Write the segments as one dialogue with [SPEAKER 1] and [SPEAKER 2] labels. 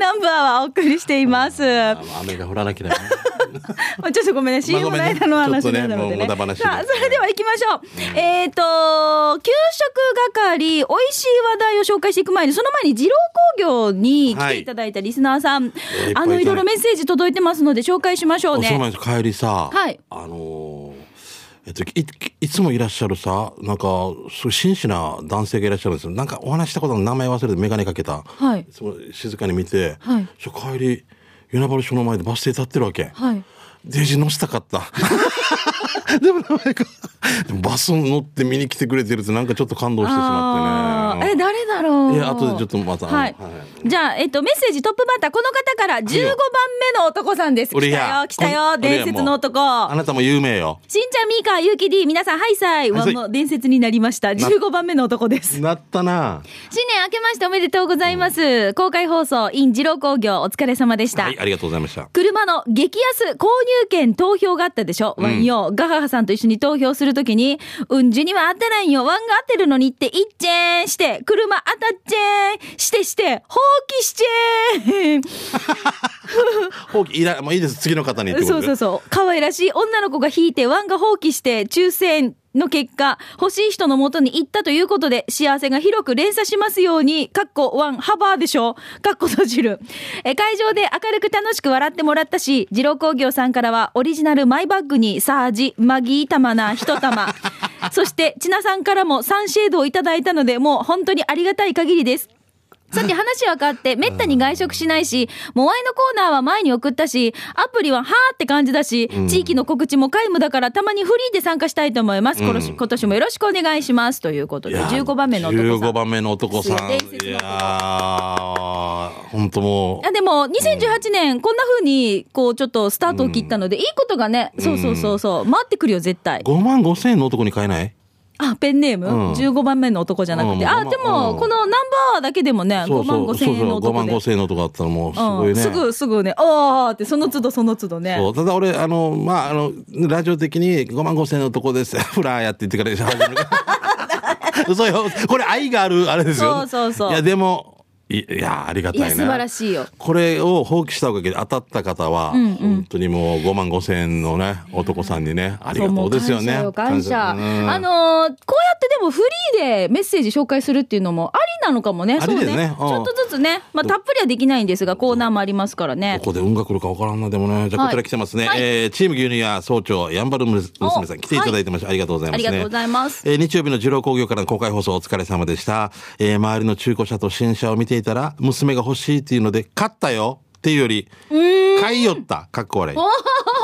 [SPEAKER 1] ナンバーはお送りしています。
[SPEAKER 2] あもう雨が降らな きゃな。
[SPEAKER 1] まあちょっとごめんね、CM
[SPEAKER 2] ごめん
[SPEAKER 1] の
[SPEAKER 2] ね
[SPEAKER 1] 間の話なので
[SPEAKER 2] ちょっとねもう無駄
[SPEAKER 1] ね。
[SPEAKER 2] 話で
[SPEAKER 1] さあ、それでは行きましょう。えっ、と、給食係、美味しい話題を紹介していく前に、その前に二郎工業に来ていただいたリスナーさん、
[SPEAKER 2] いっぱい
[SPEAKER 1] あ
[SPEAKER 2] いた
[SPEAKER 1] の、
[SPEAKER 2] ね
[SPEAKER 1] いろいろメッセージ届いてますので、紹介しましょう
[SPEAKER 2] おそうな
[SPEAKER 1] ね。
[SPEAKER 2] んです帰りさ、
[SPEAKER 1] はい
[SPEAKER 2] あのーえっと、いいつもいらっしゃるさなんかすごい真摯な男性がいらっしゃるんですよなんかお話ししたことの名前忘れて眼鏡かけた、
[SPEAKER 1] はい
[SPEAKER 2] つも静かに見て、
[SPEAKER 1] はい
[SPEAKER 2] ちょ帰り与那原署の前でバス停立ってるわけ、
[SPEAKER 1] はい。
[SPEAKER 2] デジ乗せた かった。でもなんかバス乗って見に来てくれてるってなんかちょっと感動してしまって
[SPEAKER 1] あー
[SPEAKER 2] ね。
[SPEAKER 1] え、誰だろう。
[SPEAKER 2] いや後でちょっとまた
[SPEAKER 1] はい
[SPEAKER 2] あのは。
[SPEAKER 1] じゃあ、えっと、メッセージトップバッター、この方から15番目の男さんです。
[SPEAKER 2] 俺
[SPEAKER 1] 来た
[SPEAKER 2] や
[SPEAKER 1] よ、来た
[SPEAKER 2] こ
[SPEAKER 1] よ、
[SPEAKER 2] ん俺や
[SPEAKER 1] 伝説の男。
[SPEAKER 2] あなたも有名よ。
[SPEAKER 1] しんちゃん、みーか、ゆうき D、皆さん、ハイサイ
[SPEAKER 2] ハイ
[SPEAKER 1] は
[SPEAKER 2] サイ
[SPEAKER 1] の伝説になりました。15番目の男です。
[SPEAKER 2] なったな。
[SPEAKER 1] 新年明けましておめでとうございます。公開放送、イン二郎工業、お疲れ様でした。
[SPEAKER 2] はいありがとうございました。
[SPEAKER 1] 車の激安購入券投票があったでしょ、ワンよ。ガハハさんと一緒に投票するときに、うんじゅには当たらんよ。ワンが当てるのにって、いっちゃーんして、車当たっちゃーんしてして、放棄しちゃーん
[SPEAKER 2] ほうきいらもういいです次の方にってこと
[SPEAKER 1] そう
[SPEAKER 2] で
[SPEAKER 1] そうそう。可愛らしい女の子が引いて、ワンが放棄して、抽選の結果、欲しい人の元に行ったということで、幸せが広く連鎖しますように、かっこワン、ハバーでしょかっこ閉じる。え、会場で明るく楽しく笑ってもらったし、二郎工業さんからは、オリジナルマイバッグに、サージ、マギー玉な、一 玉。そして、千奈さんからもサンシェードをいただいたので、もう本当にありがたい限りです。さて話は変わって、めったに外食しないし、モアイのコーナーは前に送ったし、アプリははーって感じだし、地域の告知も皆無だから、たまにフリーで参加したいと思います。今年今年もよろしくお願いします。ということ
[SPEAKER 2] い
[SPEAKER 1] で、
[SPEAKER 2] や
[SPEAKER 1] 15番目の男さん。
[SPEAKER 2] 15番目の男さん。
[SPEAKER 1] 伝説の男
[SPEAKER 2] いやー本当も
[SPEAKER 1] いやでも、2018年、こんな風に、こう、ちょっとスタートを切ったので、いいことがね、そうそうそうそう、回ってくるよ、絶対
[SPEAKER 2] う。5万5千円の男に買えない。
[SPEAKER 1] あ、ペンネーム、
[SPEAKER 2] うん
[SPEAKER 1] ?15 番目の男じゃなく
[SPEAKER 2] うん
[SPEAKER 1] て。あ、でも、
[SPEAKER 2] うん
[SPEAKER 1] このナンバーだけでもね、5
[SPEAKER 2] そうそ
[SPEAKER 1] 万
[SPEAKER 2] う
[SPEAKER 1] 5
[SPEAKER 2] そ
[SPEAKER 1] 千
[SPEAKER 2] うそ
[SPEAKER 1] 円の
[SPEAKER 2] う5
[SPEAKER 1] 男
[SPEAKER 2] 万
[SPEAKER 1] で。
[SPEAKER 2] 5千円の男だったらもうすご
[SPEAKER 1] う
[SPEAKER 2] い
[SPEAKER 1] ん、
[SPEAKER 2] ね。
[SPEAKER 1] すぐ、すぐね、あーって、その都度その都度ね。
[SPEAKER 2] そうただ俺あのまああのラジオ的に5万5千円のとこですフラーやって言ってから始める 嘘よこれ愛があるあれですよ、
[SPEAKER 1] そうそうそう
[SPEAKER 2] いやでもいいやありがた
[SPEAKER 1] い
[SPEAKER 2] いな
[SPEAKER 1] や、素晴らしいよ。
[SPEAKER 2] これを放棄したおかげで当たった方は、本当にもう5万5千円のね男さんにねありがとうですよね
[SPEAKER 1] そうもう感謝よ感謝。
[SPEAKER 2] うん
[SPEAKER 1] あのーこうやってでもフリーでメッセージ紹介するっていうのもありなのかもね。
[SPEAKER 2] ありですね
[SPEAKER 1] そうち
[SPEAKER 2] う
[SPEAKER 1] ょ
[SPEAKER 2] ん
[SPEAKER 1] っとずつね、まあ、たっぷりはできないんですが、コーナーもありますからね
[SPEAKER 2] こ。こで運が来るか分からんなでもねじゃあ
[SPEAKER 1] はい
[SPEAKER 2] こちら来てますね、
[SPEAKER 1] はい
[SPEAKER 2] えーチーム牛乳屋総長やんばる娘
[SPEAKER 1] お
[SPEAKER 2] さん来ていただいてました、ありがとうございます、ね、
[SPEAKER 1] ありがとうございます
[SPEAKER 2] えー日曜日の二郎工業からの公開放送お疲れ様でした、えー周りの中古車と新車を見ていたら娘が欲しいっていうので買ったよっていうより買いよったかっこ悪い
[SPEAKER 1] おお、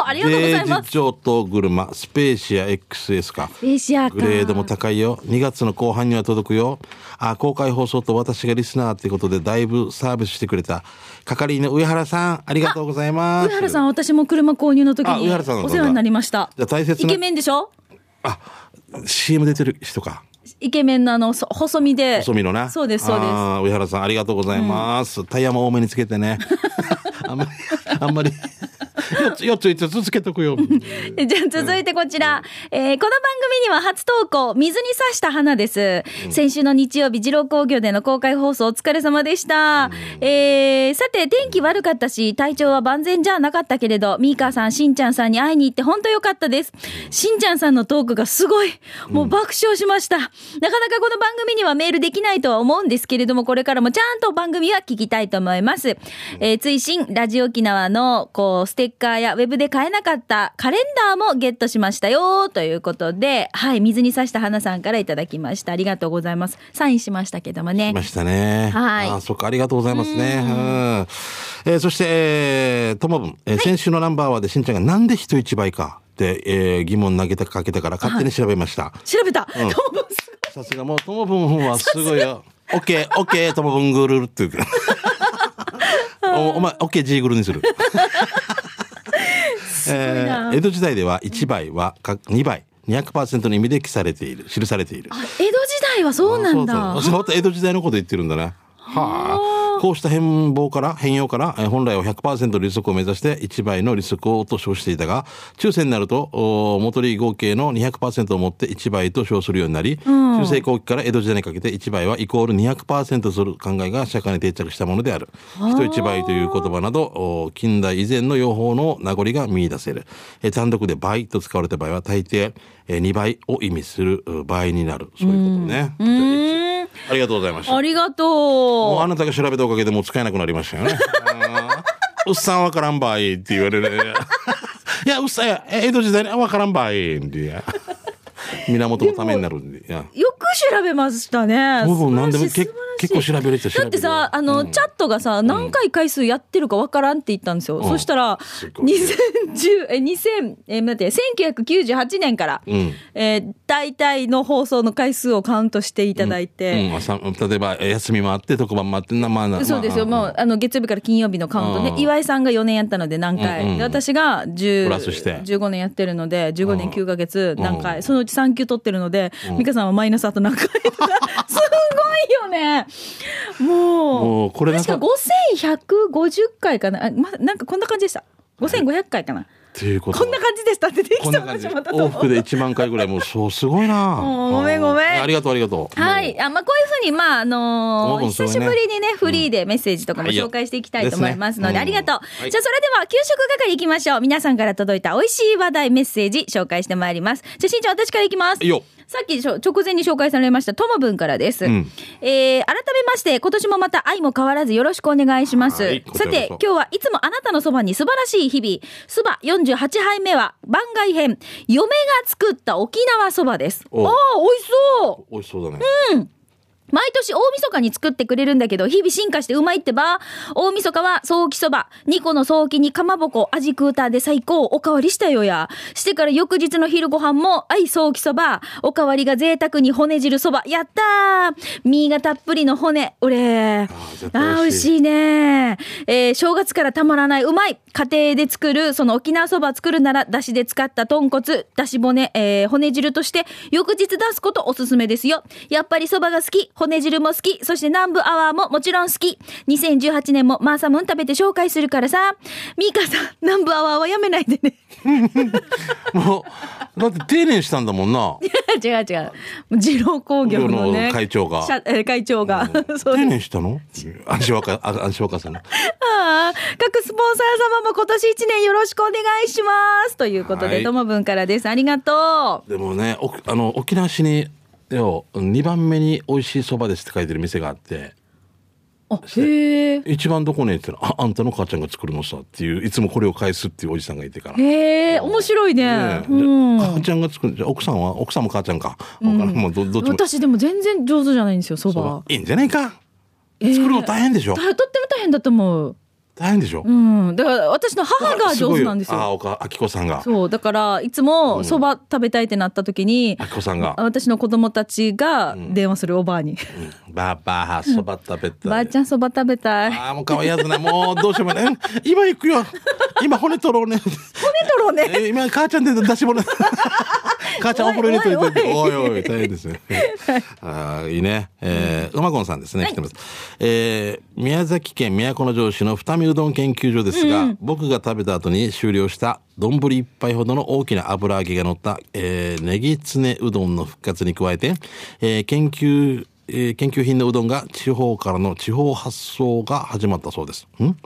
[SPEAKER 1] ありがとうござい
[SPEAKER 2] デー
[SPEAKER 1] ま
[SPEAKER 2] ジ
[SPEAKER 1] す。
[SPEAKER 2] 上等車スペーシア XS か
[SPEAKER 1] スペシアか
[SPEAKER 2] グレードも高いよ2月の後半には届くよあ公開放送と私がリスナーってことでだいぶサービスしてくれた係員の上原さんありがとうございます
[SPEAKER 1] 上原さん、私も車購入の時
[SPEAKER 2] あ
[SPEAKER 1] に
[SPEAKER 2] 上原さんの
[SPEAKER 1] お世話になりました。
[SPEAKER 2] じゃあ大切
[SPEAKER 1] イ
[SPEAKER 2] な
[SPEAKER 1] ケメンでしょ
[SPEAKER 2] あ CM 出てる人か
[SPEAKER 1] イケメンのあの、そ細身で。
[SPEAKER 2] 細身のな
[SPEAKER 1] そうです、そうです。
[SPEAKER 2] あー上原さんありがとうございます、タイヤも多めにつけてねあんまりあ んまり4つ4つ5つつけとくよ
[SPEAKER 1] じゃあ続いてこちら、えーこの番組には初投稿、水に刺した花です。先週の日曜日、二郎工業での公開放送お疲れ様でした。えーさて、天気悪かったし、体調は万全じゃなかったけれど、ミーカーさん、しんちゃんさんに会いに行って本当良かったです。しんちゃんさんのトークがすごいもう爆笑しました。なかなかこの番組にはメールできないとは思うんですけれども、これからもちゃんと番組は聞きたいと思います。えー追伸、ラジオ沖縄の、こう、ステッカーやウェブで買えなかったカレンダーもゲットしましたよ、ということで、はい、水に刺した花さんからいただきました。ありがとうございます。サインしましたけども
[SPEAKER 2] い
[SPEAKER 1] ね。
[SPEAKER 2] ましたね。
[SPEAKER 1] はい
[SPEAKER 2] あ、そっか、ありがとうございますね。うんえーそして、えーともぶん、えー先週のナンバーはで、しんちゃんがなんで人一倍かって、えー疑問投げたかけたから勝手に調べました。
[SPEAKER 1] 調べ た、
[SPEAKER 2] ん
[SPEAKER 1] トモブンす
[SPEAKER 2] さすが、もうともぶんはすごいよ。オッケー、オッケー、ともぶんぐるるっていう。おお前、オッケー、ジーグルにする。えー江戸時代では1倍はか2倍200%の意味で記されている記されている
[SPEAKER 1] ごい江戸時代はそうなんだ。
[SPEAKER 2] そうそうそうまた江戸時代のこと言ってるんだね。はあ。こうした変貌から、変容から、えー本来は100%利息を目指して1倍の利息をと称していたが、抽選になると、お元利合計の200%を持って1倍と称するようになり、中世後期から江戸時代にかけて1倍はイコール200%とする考えが社会に定着したものである。人1倍という言葉など、お近代以前の用法の名残が見出せる。えー単独で倍と使われた場合は大抵、え2倍を意味するう倍になる。そういうことね。
[SPEAKER 1] うん。
[SPEAKER 2] ありがとうございました
[SPEAKER 1] あ。りが
[SPEAKER 2] もうあ
[SPEAKER 1] と
[SPEAKER 2] なたが調べたおかげでもう使えなくなりまし たよね。あーうっさんわからんばいって言われる。 いや、うっさんや、え江戸時代にわからんばいっていや。源のためになるんで。いや
[SPEAKER 1] う。よく調べましたね。
[SPEAKER 2] 僕も何でも
[SPEAKER 1] 素晴
[SPEAKER 2] け
[SPEAKER 1] らしい
[SPEAKER 2] 結構調べれて調べ
[SPEAKER 1] だっ
[SPEAKER 2] れる
[SPEAKER 1] てさ、あの、チャットがさ、何回回数やってるかわからんって言ったんですよ。
[SPEAKER 2] ん
[SPEAKER 1] そしたら、
[SPEAKER 2] すごい
[SPEAKER 1] 2010、え、2000、え、待って、1998年から、
[SPEAKER 2] ん
[SPEAKER 1] えー大体の放送の回数をカウントしていただいて、
[SPEAKER 2] うん、朝例えば、え休みもあって、特番もあって、な、まあ、な
[SPEAKER 1] そうですよ、
[SPEAKER 2] まあ
[SPEAKER 1] もうあの月曜日から金曜日のカウントで、
[SPEAKER 2] うん
[SPEAKER 1] 岩井さんが4年やったので何回、
[SPEAKER 2] うんうん
[SPEAKER 1] で私が10
[SPEAKER 2] プラスして
[SPEAKER 1] 15年やってるので、15年9ヶ月何回、
[SPEAKER 2] うん
[SPEAKER 1] そのうち3級取ってるので、美香さんはマイナスあと何回 とか、すごいよね、もう、
[SPEAKER 2] もう、これなん
[SPEAKER 1] 確か
[SPEAKER 2] か、っ
[SPEAKER 1] 5150回かな、あま、なんかこんな感じでした、5500回かな、
[SPEAKER 2] ていうこと。
[SPEAKER 1] こんな感じでしたってでき
[SPEAKER 2] こん
[SPEAKER 1] た
[SPEAKER 2] な感
[SPEAKER 1] 話
[SPEAKER 2] じ。
[SPEAKER 1] またと思
[SPEAKER 2] 往
[SPEAKER 1] う
[SPEAKER 2] 復で1万回ぐらい、もう、そう、すごいな。
[SPEAKER 1] うんごめんごめん
[SPEAKER 2] あーありがとう、ありがとう。
[SPEAKER 1] は
[SPEAKER 2] も
[SPEAKER 1] い。あ、まあ、こういうふうに、まあ、あのー
[SPEAKER 2] もうもうそう
[SPEAKER 1] 久
[SPEAKER 2] ね
[SPEAKER 1] しぶりにね、フリーでメッセージとかも
[SPEAKER 2] はいよ
[SPEAKER 1] 紹介していきたいと思いますので、
[SPEAKER 2] ですね
[SPEAKER 1] ありがとう。
[SPEAKER 2] うん
[SPEAKER 1] じゃあ、それでは、給食係いきましょう。皆さんから届いた美味しい話題、メッセージ、紹介してまいります。じゃあ、しんちゃん、私からいきます。
[SPEAKER 2] いいよ
[SPEAKER 1] さっきしょ直前に紹介されました、ともぶんからです。
[SPEAKER 2] ん
[SPEAKER 1] えー改めまして、今年もまた愛も変わらずよろしくお願いします。
[SPEAKER 2] はいこち
[SPEAKER 1] さ
[SPEAKER 2] らこそ
[SPEAKER 1] て、今日はいつもあなたのそばに素晴らしい日々。そば48杯目は、番外編、嫁が作った沖縄そばです。ああー、
[SPEAKER 2] お
[SPEAKER 1] 美味しそう
[SPEAKER 2] う美味しそうだね。
[SPEAKER 1] 毎年大晦日に作ってくれるんだけど、日々進化してうまいってば。大晦日は、早期そば。2個の早期にかまぼこ、味クーターで最高、おかわりしたよや。してから翌日の昼ご飯も、あい早期そば。おかわりが贅沢に骨汁そば。やったー身がたっぷりの骨、俺。
[SPEAKER 2] あー絶
[SPEAKER 1] あ
[SPEAKER 2] 対
[SPEAKER 1] ー美味しいね、えー正月からたまらないうまい家庭で作るその沖縄そば作るならだしで使った豚骨だし骨、えー骨汁として翌日出すことおすすめですよやっぱりそばが好き骨汁も好きそして南部アワーももちろん好き2018年もマーサムン食べて紹介するからさミカさん南部アワーはやめないでね
[SPEAKER 2] もう、だって丁寧にしたんだも んな。
[SPEAKER 1] 違う違う二郎工業のね
[SPEAKER 2] 二郎の会長が
[SPEAKER 1] 社えー会長が、 そう
[SPEAKER 2] 丁寧にしたの安心若、あ安心若さんの。
[SPEAKER 1] ああ 各スポンサー様も今年一年よろしくお願いします。ということ
[SPEAKER 2] は
[SPEAKER 1] で、
[SPEAKER 2] い
[SPEAKER 1] ともぶんからです。ありがとう。
[SPEAKER 2] でもね、おあの沖縄市によ2番目に美味しいそばですって書いてる店があって
[SPEAKER 1] あ、へえ。
[SPEAKER 2] 一番どこに行って言ったらあ「あんたの母ちゃんが作るのさ」っていういつもこれを返すっていうおじさんがいてから。ね
[SPEAKER 1] へえ、面白いね。
[SPEAKER 2] え
[SPEAKER 1] うん。
[SPEAKER 2] 母ちゃんが作るじゃあ奥さんは奥さんも母ちゃんか、わからんもうどどっちも
[SPEAKER 1] 私でも全然上手じゃないんですよ、そ
[SPEAKER 2] そ
[SPEAKER 1] ば
[SPEAKER 2] ば。いいんじゃないか
[SPEAKER 1] えー
[SPEAKER 2] 作るの大変でしょ、
[SPEAKER 1] だとっても大変だと思う。
[SPEAKER 2] 大変でしょ、
[SPEAKER 1] うん。だから私の母が上手なんです
[SPEAKER 2] ごいああ
[SPEAKER 1] よ。
[SPEAKER 2] おかあきこさんが
[SPEAKER 1] そう。だから、いつもそば食べたいってなった時に、
[SPEAKER 2] あきこさんが
[SPEAKER 1] 私の子供たちが電話するおばあに。
[SPEAKER 2] 「うんばあばあそば食べたい」
[SPEAKER 1] ばあちゃんそば食べたい。
[SPEAKER 2] ああもう可愛いやつなもうどうしようもないうん今行くよ今骨取ろうね
[SPEAKER 1] 骨取ろうね。
[SPEAKER 2] えー今母ちゃんで出し物母ちゃんお風呂入れといてって
[SPEAKER 1] お
[SPEAKER 2] おいおい大変ですねあーいいねえーうまこんさんですね来てますえー宮崎県都城市の二見うどん研究所ですが僕が食べた後に終了した丼一杯ほどの大きな油揚げが乗ったえーネギつねうどんの復活に加えてえー研究えー研究品のうどんが地方からの地方発送が始まったそうです。ん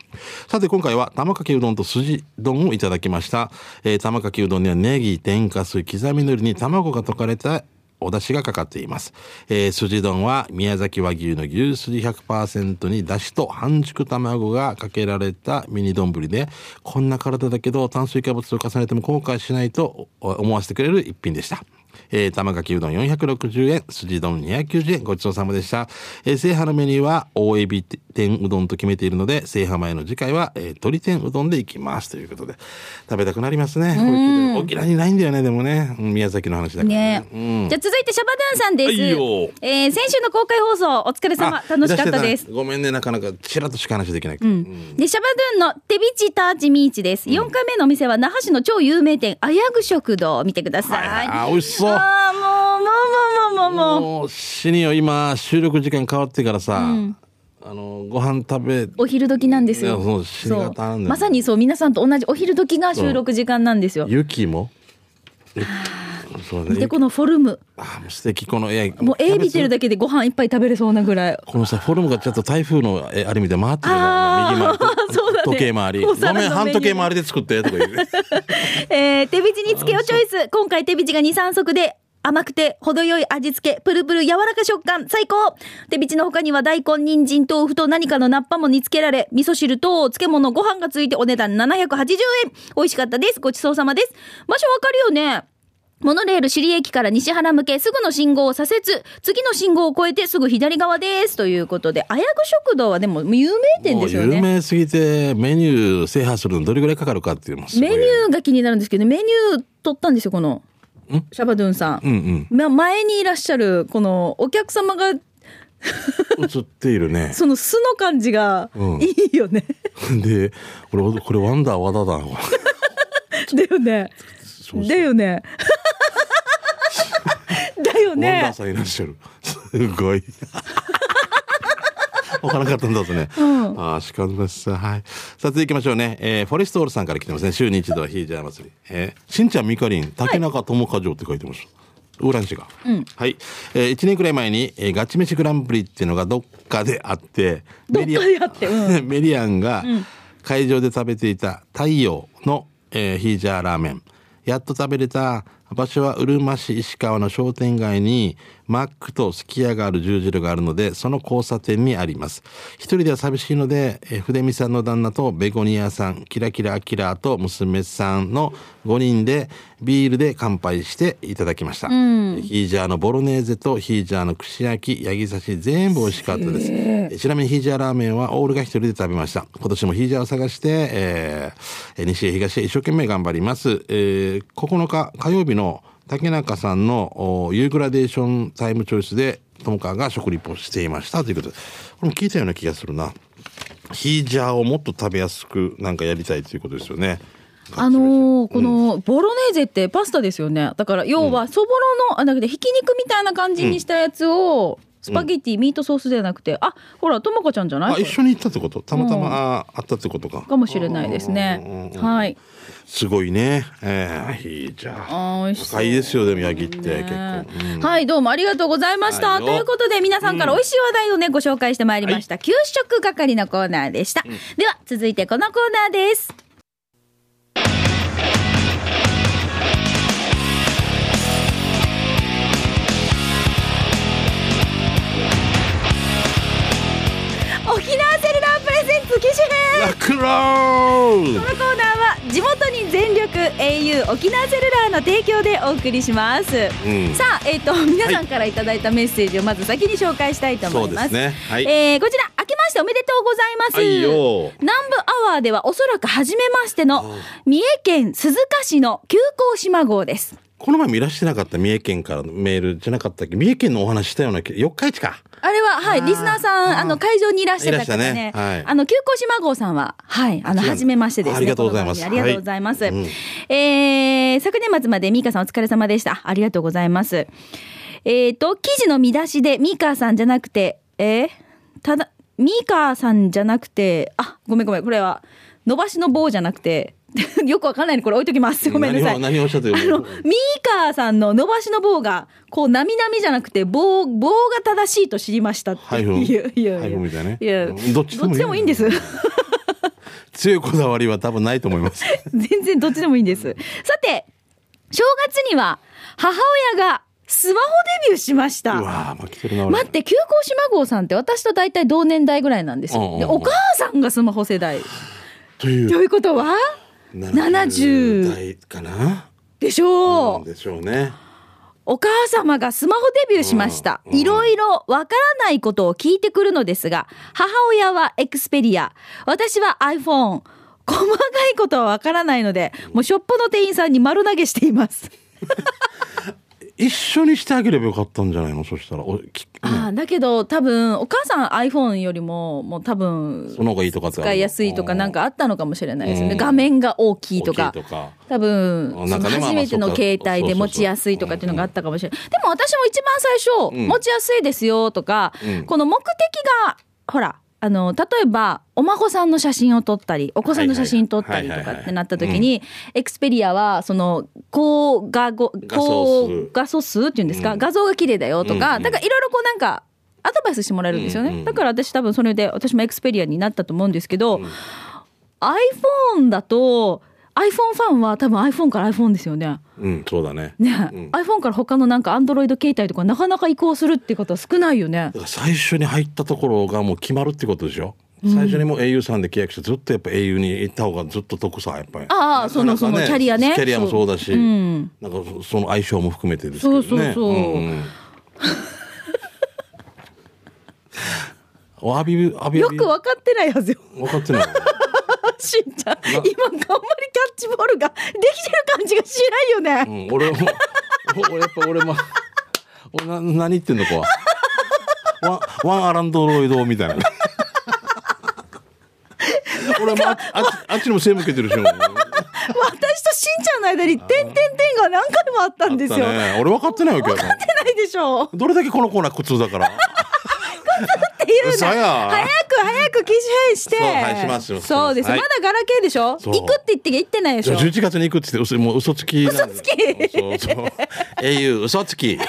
[SPEAKER 2] さて今回は玉かけうどんとすじ丼をいただきました。えー玉かけうどんにはネギ、天かす、刻みのりに卵が溶かれたお出汁がかかっています。えー、すじ丼は宮崎和牛の牛すじ100%に出汁と半熟卵がかけられたミニ丼で、こんな体だけど炭水化物を重ねても後悔しないとお思わせてくれる一品でした。えー、玉垣うどん460円、すじ丼290円、ごちそうさまでした。えー、制覇のメニューは大エビ天うどんと決めているので、制覇前の次回は、えー、鶏天うどんでいきます。ということで、食べたくなりますね。沖縄にないんだよね、でもね。うん宮崎の話だから
[SPEAKER 1] ねえ、じゃあ続いてシャバドゥンさんです。
[SPEAKER 2] いいよ
[SPEAKER 1] えー先週の公開放送お疲れ様楽しかったです。。
[SPEAKER 2] ごめんね、なかなかちらっとしか話できない。
[SPEAKER 1] で、シャバドゥンのテビチターチミーチです。4回目のお店は那覇市の超有名店、あやぐ食堂を見てください。
[SPEAKER 2] はいはいあ美味しそう
[SPEAKER 1] あーもう、もう、もう、もう、もう、もう。
[SPEAKER 2] もう死によ今収録時間変わってからさ、あのご飯食べ
[SPEAKER 1] お昼時なんですよ
[SPEAKER 2] いやそう新
[SPEAKER 1] そう
[SPEAKER 2] 潟なんだよ
[SPEAKER 1] まさにそう皆さんと同じお昼時が収録時間なんですよ
[SPEAKER 2] 雪もゆそうね
[SPEAKER 1] でこのフォルム
[SPEAKER 2] あー素敵この絵
[SPEAKER 1] もう絵見てるだけでご飯いっぱい食べれそうなぐらい
[SPEAKER 2] このさフォルムがちょっと台風のえあれみたいに回ってるじゃん
[SPEAKER 1] あー
[SPEAKER 2] 右回り
[SPEAKER 1] そうだね
[SPEAKER 2] 時計回り
[SPEAKER 1] お
[SPEAKER 2] ご
[SPEAKER 1] 皿の
[SPEAKER 2] めん半時計回りで作ってとか言う
[SPEAKER 1] えー手びちにつけをチョイス今回手びちが2、3足で甘くて程よい味付け、プルプル柔らか食感、最高手びちの他には大根、人参、豆腐と何かの菜っ葉も煮つけられ、味噌汁と漬物、ご飯がついてお値段780円美味しかったですごちそうさまです場所わかるよねモノレール尻駅から西原向けすぐの信号を左折、次の信号を越えてすぐ左側ですということで、あやぐ食堂はでも有名店
[SPEAKER 2] も
[SPEAKER 1] で
[SPEAKER 2] う
[SPEAKER 1] すよ
[SPEAKER 2] 有
[SPEAKER 1] ね。
[SPEAKER 2] 名すぎてメニュー制覇するのどれぐらいかかるかっていうのもすごい
[SPEAKER 1] メニューが気になるんですけど、メニュー取ったんですよ、この、シャバドゥンさん。
[SPEAKER 2] うん
[SPEAKER 1] ま、前にいらっしゃる、この、お客様が、
[SPEAKER 2] うん映っているね
[SPEAKER 1] その素の感じが
[SPEAKER 2] う、ん
[SPEAKER 1] いいよね。
[SPEAKER 2] で俺これワンダー和田だわ
[SPEAKER 1] だよね。
[SPEAKER 2] そう
[SPEAKER 1] だよ ね。だよ
[SPEAKER 2] ワンダー
[SPEAKER 1] ね。
[SPEAKER 2] さんいらっしゃる。すごい。 わからなかったんだとね。ああ、しかもさ、はい。さあ、続きましょうね。えー、フォレストオールさんから来てますね。週に一度はヒージャー祭り。えー、しんちゃんみかりん、竹中智香城って書いてます。ウーラン氏が、はい、えー、1年くらい前に、えーガチ飯グランプリっていうのがどっかであって
[SPEAKER 1] どっかであってう
[SPEAKER 2] メリアンが会場で食べていた太陽の、えーヒージャーラーメンやっと食べれた場所はうるま市石川の商店街にマックとすき家がある十字路があるのでその交差点にあります一人では寂しいので、えー筆見さんの旦那とベゴニアさんキラキラアキラと娘さんの5人でビールで乾杯していただきました、ヒージャーのボロネーゼとヒージャーの串焼きヤギ刺し全部美味しかったですえちなみにヒージャーラーメンはオールが一人で食べました今年もヒージャーを探して、えーえ西へ東へ一生懸命頑張ります、えー9日火曜日の竹中さんのおユーグラデーションタイムチョイスで友川が食リポしていましたということでこれも聞いたような気がするなヒージャーをもっと食べやすくなんかやりたいということですよね
[SPEAKER 1] あのーこの、ボロネーゼってパスタですよね。だから、要は、そぼろの、あ、だけど、ひき肉みたいな感じにしたやつを、スパゲティ、ミートソースじゃなくて、あ、ほら、ともこちゃんじゃない
[SPEAKER 2] あ
[SPEAKER 1] これ
[SPEAKER 2] 一緒に行ったってことたまたま、
[SPEAKER 1] うん
[SPEAKER 2] あーあったってことか
[SPEAKER 1] かもしれないですね。はい。
[SPEAKER 2] すごいねえー、ヒージャー
[SPEAKER 1] あー美味しそう
[SPEAKER 2] 高いですよでもヤギって結構
[SPEAKER 1] ね、はい、どうもありがとうございました。
[SPEAKER 2] はいよ
[SPEAKER 1] ということで、皆さんから美味しい話題をね、ご紹介してまいりました。給食係のコーナーでした。では、続いてこのコーナーです。沖縄セルラープレゼンツ機種編
[SPEAKER 2] ラクロー
[SPEAKER 1] このコーナーは地元に全力 au 沖縄セルラーの提供でお送りします、
[SPEAKER 2] ん
[SPEAKER 1] さあ、えっと皆さんからいただいたメッセージをまず先に紹介したいと思います
[SPEAKER 2] そうですねはい
[SPEAKER 1] えーこちら明けましておめでとうございます、
[SPEAKER 2] はいよ
[SPEAKER 1] 南部アワーではおそらく初めましての三重県鈴鹿市の急行島号です
[SPEAKER 2] この前もいらしてなかった三重県からのメールじゃなかったっけ三重県のお話したような気四日市か
[SPEAKER 1] あれは、はい、リスナーさん、あの、会場にいらっしゃった方ね、
[SPEAKER 2] いらっしゃねはい
[SPEAKER 1] あの、急行島郷さんは、はい、あの、
[SPEAKER 2] 違う
[SPEAKER 1] 初めましてですね。
[SPEAKER 2] ありがとうございます
[SPEAKER 1] この番組ありがとうございます。
[SPEAKER 2] はいうん
[SPEAKER 1] えー、昨年末までミーカさんお疲れ様でした。ありがとうございます。えっ、と、記事の見出しでミーカさんじゃなくて、えーただ、ミーカさんじゃなくて、あ、ごめんごめん、これは、伸ばしの棒じゃなくて、 よくわかんないのでこれ置いときます。ごめんなさい。
[SPEAKER 2] 何を何をおっしゃってる
[SPEAKER 1] あの、ミーカーさんの伸ばしの棒が、こう、なみなみじゃなくて、棒、棒が正しいと知りましたって
[SPEAKER 2] 配
[SPEAKER 1] いう。
[SPEAKER 2] 布
[SPEAKER 1] いやいや
[SPEAKER 2] 配布みたいね
[SPEAKER 1] いや、
[SPEAKER 2] どっちでもいい
[SPEAKER 1] んです。
[SPEAKER 2] 強いこだわりは多分ないと思います
[SPEAKER 1] 全然どっちでもいいんです。さて、正月には、母親がスマホデビューしまし
[SPEAKER 2] う
[SPEAKER 1] た。
[SPEAKER 2] わー負けてるな俺
[SPEAKER 1] 待って、急行島郷さんって私と大体同年代ぐらいなんです
[SPEAKER 2] うんうん
[SPEAKER 1] よ。
[SPEAKER 2] うん
[SPEAKER 1] で、お母さんがスマホ世代。
[SPEAKER 2] とい
[SPEAKER 1] と
[SPEAKER 2] う
[SPEAKER 1] いうことは70
[SPEAKER 2] 代かな
[SPEAKER 1] でしょう
[SPEAKER 2] なん。でしょうね
[SPEAKER 1] お母様がスマホデビューしました。
[SPEAKER 2] うんうん
[SPEAKER 1] いろいろわからないことを聞いてくるのですが、母親はエクスペリア、私は iPhone。細かいことはわからないので、もうショップの店員さんに丸投げしています。
[SPEAKER 2] 一緒にしてあげればよかったんじゃないのそしたらおき
[SPEAKER 1] ああ、だけど多分、お母さん iPhone よりも、もう多
[SPEAKER 2] そ
[SPEAKER 1] 分、
[SPEAKER 2] の方がいいとかってある
[SPEAKER 1] 使いやすいとかなんかあったのかもしれないですよね。
[SPEAKER 2] うん
[SPEAKER 1] 画面が大きいとか
[SPEAKER 2] 大きい。とか
[SPEAKER 1] 多分、
[SPEAKER 2] あなん
[SPEAKER 1] その
[SPEAKER 2] かねまあ
[SPEAKER 1] 初
[SPEAKER 2] まあ
[SPEAKER 1] めての
[SPEAKER 2] そうか
[SPEAKER 1] 携帯
[SPEAKER 2] そうそう
[SPEAKER 1] で
[SPEAKER 2] そう
[SPEAKER 1] 持ちやすいとかっていうのがあったかもしれない。でも私も一番最初、
[SPEAKER 2] うん
[SPEAKER 1] 持ちやすいですよとか、
[SPEAKER 2] うん
[SPEAKER 1] この目的が、ほら、あの例えばお孫さんの写真を撮ったりお子さんの写真撮ったりと
[SPEAKER 2] はい
[SPEAKER 1] か
[SPEAKER 2] はいはい
[SPEAKER 1] ってなった時にエクスペリアはその高画ご高画素数っていうんですか、画像が綺麗だよとか、
[SPEAKER 2] うん
[SPEAKER 1] だからいろいろこうなんかアドバイスしてもらえるんですよね、
[SPEAKER 2] うんうん
[SPEAKER 1] だから私多分それで私もエクスペリアになったと思うんですけど、iPhone だと iPhone ファンは多分 iPhone から iPhone ですよね。
[SPEAKER 2] うん、そうだね。
[SPEAKER 1] ね、
[SPEAKER 2] ん
[SPEAKER 1] iPhone から他のなんか Android 携帯とかなかなか移行するってことは少ないよね
[SPEAKER 2] だ。から最初に入ったところがもう決まるってことでしょ。最初にもう au さんで契約してずっとやっぱ au に行った方がずっと得さやっぱり。
[SPEAKER 1] ああその
[SPEAKER 2] なかなか
[SPEAKER 1] そのキャリアね
[SPEAKER 2] キャリアもそうだし、
[SPEAKER 1] そううん
[SPEAKER 2] なんかそその相性も含めてですけどね。
[SPEAKER 1] そうそうそうん
[SPEAKER 2] お詫び詫び
[SPEAKER 1] よく分かってないはず よ。
[SPEAKER 2] 分かってない。
[SPEAKER 1] しんちゃん、今頑張りキャッチボールができてる感じがしないよね。
[SPEAKER 2] うん、俺も、 俺やっぱ俺も、俺な何言ってんのか。ワン、ワンアランドロイドみたいな。 俺もあっちあっちあっちにも背向けてるし。
[SPEAKER 1] 私としんちゃんの間に点点点が何回もあったんですよ。
[SPEAKER 2] あっ
[SPEAKER 1] 分か
[SPEAKER 2] たね、俺分かってないわけよ。
[SPEAKER 1] ってないでしょう。
[SPEAKER 2] どれだけこのコーナー苦痛だから。
[SPEAKER 1] っていう
[SPEAKER 2] 嘘
[SPEAKER 1] な
[SPEAKER 2] や
[SPEAKER 1] 早く早く機種変して
[SPEAKER 2] そうはいしますよ
[SPEAKER 1] そうです、
[SPEAKER 2] はい
[SPEAKER 1] まだガラケーでしょ
[SPEAKER 2] そう
[SPEAKER 1] 行くって言って行ってないでし
[SPEAKER 2] じゃ
[SPEAKER 1] ょ
[SPEAKER 2] あ11月に行くって言って嘘もう嘘つきなん
[SPEAKER 1] 嘘
[SPEAKER 2] で
[SPEAKER 1] つき
[SPEAKER 2] そうそう au 嘘つき
[SPEAKER 1] 違う違う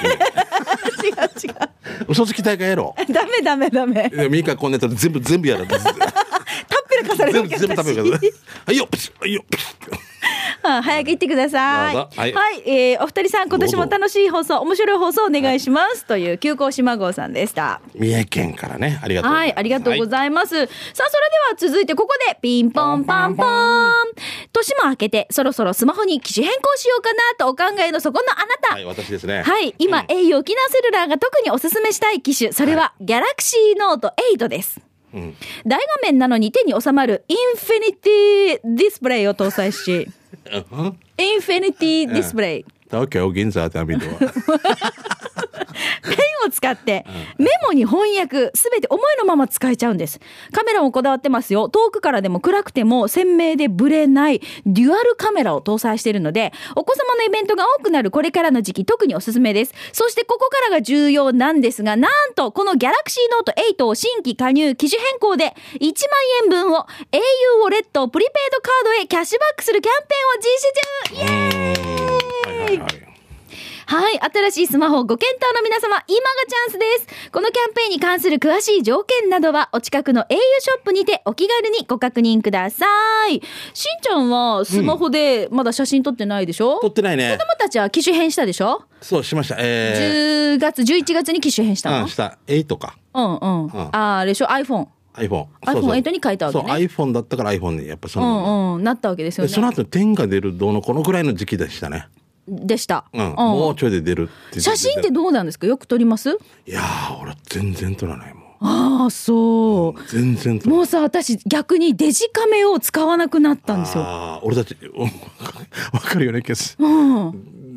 [SPEAKER 2] 嘘つき大会やろう
[SPEAKER 1] ダメダメダメ
[SPEAKER 2] でミカこんなやったら全部全部や る
[SPEAKER 1] たっぷりかされ
[SPEAKER 2] 全
[SPEAKER 1] る
[SPEAKER 2] 部全部食べる からねはいよプシッはいよプシッ
[SPEAKER 1] うん早く行ってください。
[SPEAKER 2] どうぞ
[SPEAKER 1] は、
[SPEAKER 2] はいい
[SPEAKER 1] えーお二人さん、今年も
[SPEAKER 2] どう
[SPEAKER 1] 楽
[SPEAKER 2] ぞ
[SPEAKER 1] しい放送、面白い放送お願いします。という急行島郷さんでした。
[SPEAKER 2] 三重県からねありがとうござ
[SPEAKER 1] はい
[SPEAKER 2] ま
[SPEAKER 1] い、
[SPEAKER 2] す
[SPEAKER 1] ありがとうご
[SPEAKER 2] は
[SPEAKER 1] ざいます。さあ、それでは続いてここで、ピンポンパンポーン。年も明けて、そろそろスマホに機種変更しようかなとお考えのそこのあなた。
[SPEAKER 2] はい私ですね
[SPEAKER 1] はい、今、au 沖縄セルラーが特におすすめしたい機種、それは、ギャラクシーノート8です。大画面なのに手に収まるインフィニティディスプレイを搭載し、 インフィニティディスプレイ。
[SPEAKER 2] 東京銀座ってア ビドは
[SPEAKER 1] ペンを使ってメモに翻訳すべて思いのまま使えちゃうんですカメラもこだわってますよ遠くからでも暗くても鮮明でブレないデュアルカメラを搭載しているのでお子様のイベントが多くなるこれからの時期特におすすめですそしてここからが重要なんですがなんとこのギャラクシーノート8を新規加入機種変更で1万円分を au ウォレットプリペイドカードへキャッシュバックするキャンペーンを実施中イエーイ
[SPEAKER 2] はいはいはい
[SPEAKER 1] はい。新しいスマホをご検討の皆様、今がチャンスです。このキャンペーンに関する詳しい条件などは、お近くの au ショップにてお気軽にご確認ください。しんちゃんはスマホでまだ写真撮ってないでしょ、
[SPEAKER 2] 撮ってないね
[SPEAKER 1] 子供たちは機種変したでしょ、
[SPEAKER 2] そうしましたえ
[SPEAKER 1] ?10 月、11月に機種変した
[SPEAKER 2] ーう
[SPEAKER 1] の
[SPEAKER 2] んした8か
[SPEAKER 1] うんうん。ああれでしょ ?iPhone。
[SPEAKER 2] iPhone
[SPEAKER 1] iPhone8 に変えたわけね
[SPEAKER 2] そう iPhone だったから iPhone にやっぱそうの
[SPEAKER 1] んうん。なったわけですよ
[SPEAKER 2] でその
[SPEAKER 1] ね。
[SPEAKER 2] 後点が出るどうのこのぐらいの時期でしたね
[SPEAKER 1] でした。
[SPEAKER 2] うん
[SPEAKER 1] うん
[SPEAKER 2] もうちょいで出るって
[SPEAKER 1] 写真ってどうなんですかよく撮ります
[SPEAKER 2] いやー俺全然撮らないも
[SPEAKER 1] ああ、そう。
[SPEAKER 2] う全然撮らない
[SPEAKER 1] もうさ私逆にデジカメを使わなくなったんですよ。
[SPEAKER 2] あー俺たちおわかるよねケース
[SPEAKER 1] うん、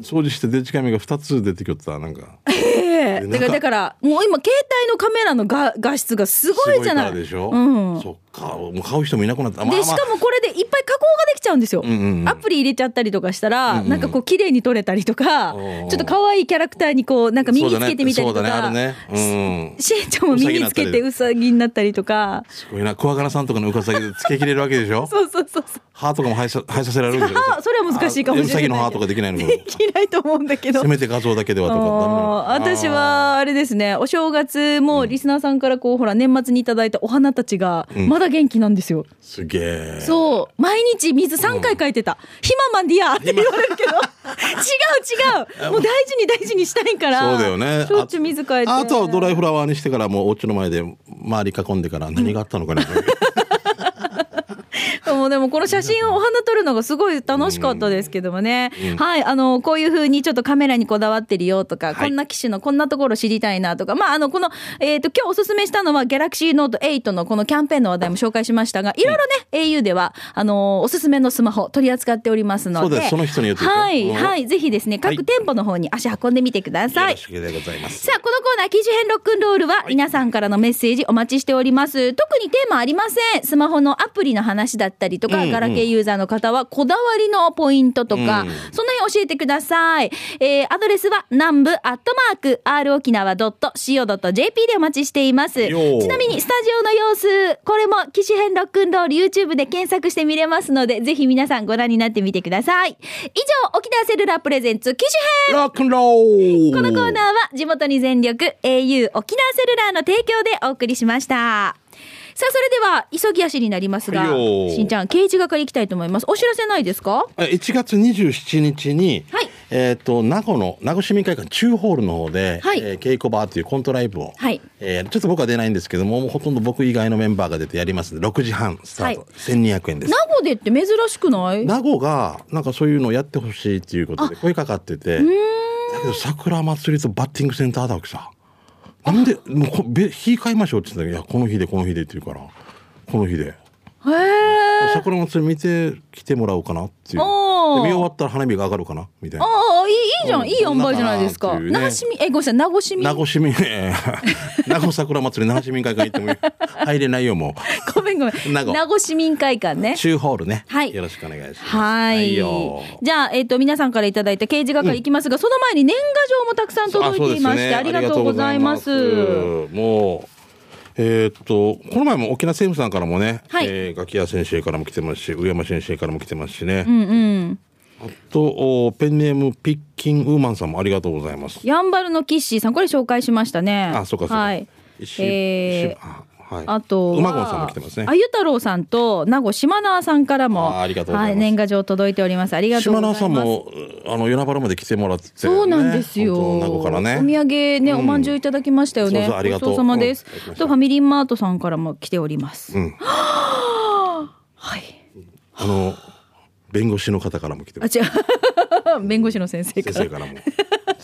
[SPEAKER 2] 掃除してデジカメが2つ出てきよったなんか
[SPEAKER 1] ええ
[SPEAKER 2] なん
[SPEAKER 1] だか
[SPEAKER 2] か
[SPEAKER 1] らだからもう今携帯のカメラのが画質がすごいじゃない。
[SPEAKER 2] すごからでしょ、
[SPEAKER 1] うん、
[SPEAKER 2] そっかもう買う人もいなくなった、まあま
[SPEAKER 1] で
[SPEAKER 2] あ
[SPEAKER 1] しかもこれでいっぱい加工ができちゃうんですよ、
[SPEAKER 2] んうんうん
[SPEAKER 1] アプリ入れちゃったりとかしたら、なんかこう綺麗に撮れたりとか、
[SPEAKER 2] おー
[SPEAKER 1] ちょっと可愛いキャラクターにこうなんか耳つけてみたりと
[SPEAKER 2] そうだ
[SPEAKER 1] か、
[SPEAKER 2] ねそうだねあるねうん
[SPEAKER 1] しんちゃんも耳つけてウ
[SPEAKER 2] う
[SPEAKER 1] サギになったりと か
[SPEAKER 2] すごいな桑原さんとかのうかさぎでつけきれるわけでしょ
[SPEAKER 1] そうそうそうそう
[SPEAKER 2] 歯とかも生えさ生えさせられるんでしょ
[SPEAKER 1] あそれは難しいかもしれない
[SPEAKER 2] あうさぎの歯とかで きないのか
[SPEAKER 1] できないと思うんだけど
[SPEAKER 2] せめて画像だけではとかダメなの
[SPEAKER 1] あー私はあれですねお正月もリスナーさんからこうほら年末にいただいたお花たちがまだ元気なんですよ、
[SPEAKER 2] すげえ
[SPEAKER 1] そう毎日水3回かいてた「ひままんでや」って言われるけど違 う違うもう大事に大事にしたいから
[SPEAKER 2] そうだよね
[SPEAKER 1] しょっちゅう水変えて
[SPEAKER 2] ああとはドライフラワーにしてからもうお家の前で周り囲んでから何があったのかな
[SPEAKER 1] もうでもこの写真をお花撮るのがすごい楽しかったですけどもね、はいあのこういう風にちょっとカメラにこだわってるよとか、
[SPEAKER 2] はい
[SPEAKER 1] こんな機種のこんなところ知りたいなとかまああのこのえっ、と今日おすすめしたのは Galaxy Note 8のこのキャンペーンの話題も紹介しましたがいろいろね、au ではあのおすすめのスマホ取り扱っておりますので
[SPEAKER 2] そうですその人によってですよ
[SPEAKER 1] はい
[SPEAKER 2] うん
[SPEAKER 1] はいぜひですね
[SPEAKER 2] はい
[SPEAKER 1] 各店舗の方に足運んでみてくださ
[SPEAKER 2] よ
[SPEAKER 1] い
[SPEAKER 2] ろしくでございます
[SPEAKER 1] さあ、このコーナー、記事編ロックンロールは、皆さんからのメッセージお待ちしております。特にテーマありません。スマホのアプリの話だったりとか、ガラケーユーザーの方はこだわりのポイントとか、
[SPEAKER 2] うん
[SPEAKER 1] その辺教えてください。えーアドレスは南部アットマーク r 沖縄 .co.jp でお待ちしています。
[SPEAKER 2] よー
[SPEAKER 1] ちなみにスタジオの様子、これも機種編ロックンロール YouTube で検索して見れますので、ぜひ皆さんご覧になってみてください。以上、沖縄セルラープレゼンツ機種編
[SPEAKER 2] ロックンロール
[SPEAKER 1] このコーナーは地元に全力 au 沖縄セルラーの提供でお送りしました。さあ、それでは、急ぎ足になりますが、
[SPEAKER 2] はいよー
[SPEAKER 1] しんちゃん、刑事係行きたいと思います。お知らせないですか
[SPEAKER 2] え1月27日に、
[SPEAKER 1] はい
[SPEAKER 2] えっ、と、名護の、名護市民会館中ホールの方で、
[SPEAKER 1] はい
[SPEAKER 2] えー稽古バーというコントライブを、
[SPEAKER 1] はい
[SPEAKER 2] えーちょっと僕は出ないんですけども、もうほとんど僕以外のメンバーが出てやりますので、6時半スタート、
[SPEAKER 1] はい
[SPEAKER 2] 1200円です
[SPEAKER 1] 名。護でって珍しくない
[SPEAKER 2] 名護が、なんかそういうのをやってほしいっていうことで声かかってて、だけど桜祭りとバッティングセンターだわけさ。なんで、もうこべ日買いましょうって言ってたけど、いや、この日でこの日でって言うから、この日で。
[SPEAKER 1] へえ。
[SPEAKER 2] 桜祭り見て来てもらおうかなっていう。で
[SPEAKER 1] おー
[SPEAKER 2] 見終わったら花火が上がるかなみたいな。
[SPEAKER 1] ああ、いい、いいじゃ
[SPEAKER 2] うん
[SPEAKER 1] ん。いい塩梅じゃないです
[SPEAKER 2] そ
[SPEAKER 1] か。
[SPEAKER 2] んなかなっていう
[SPEAKER 1] 名護市民、え、
[SPEAKER 2] ね
[SPEAKER 1] ごめんなさい、名護市民
[SPEAKER 2] 名。護市民、えー名護桜祭り、名護市民会館行っても入れないよ、も
[SPEAKER 1] ごめんごめん。
[SPEAKER 2] 名護
[SPEAKER 1] 名護市民会館ね
[SPEAKER 2] う。。中ホールね。
[SPEAKER 1] はい
[SPEAKER 2] よろしくお願いします。
[SPEAKER 1] はい。
[SPEAKER 2] よ
[SPEAKER 1] じゃあ、えっ、と、皆さんからいただいた刑事係いきますが、その前に年賀状もたくさん届いていまして、ありがとうございます。
[SPEAKER 2] ありがとうございますもう。えーっとこの前も沖縄政府さんからもね、
[SPEAKER 1] はい
[SPEAKER 2] えーガキヤ先生からも来てますし上山先生からも来てますしね、
[SPEAKER 1] うんうん。
[SPEAKER 2] あとおペンネームピッキンウーマンさんもありがとうございます
[SPEAKER 1] ヤンバルのキッシーさん、これ紹介しましたね。
[SPEAKER 2] あそうかそうか、
[SPEAKER 1] はい。
[SPEAKER 2] 石
[SPEAKER 1] えー
[SPEAKER 2] 石あはい
[SPEAKER 1] あとは、
[SPEAKER 2] 馬込さんも来てますね
[SPEAKER 1] あゆ太郎さんと、名護島縄さんからも、
[SPEAKER 2] あありがとうございます
[SPEAKER 1] は年賀状届いております。ありがとうご
[SPEAKER 2] 島
[SPEAKER 1] ざい
[SPEAKER 2] 田
[SPEAKER 1] ます。
[SPEAKER 2] さんもうあの与那原まで来てもらって、ね、
[SPEAKER 1] そうなんですよ。
[SPEAKER 2] 本当名護からね
[SPEAKER 1] お土産ね、おまんじゅういただきましたよね。
[SPEAKER 2] そうそうありがとう
[SPEAKER 1] ごちそうさまです
[SPEAKER 2] うんいただき。ました
[SPEAKER 1] とファミリーマートさんからも来ております。
[SPEAKER 2] ん
[SPEAKER 1] はい。
[SPEAKER 2] あの弁護士の方からも来て
[SPEAKER 1] あ、
[SPEAKER 2] ます
[SPEAKER 1] 違う。 弁護士の先生から
[SPEAKER 2] 先生。からも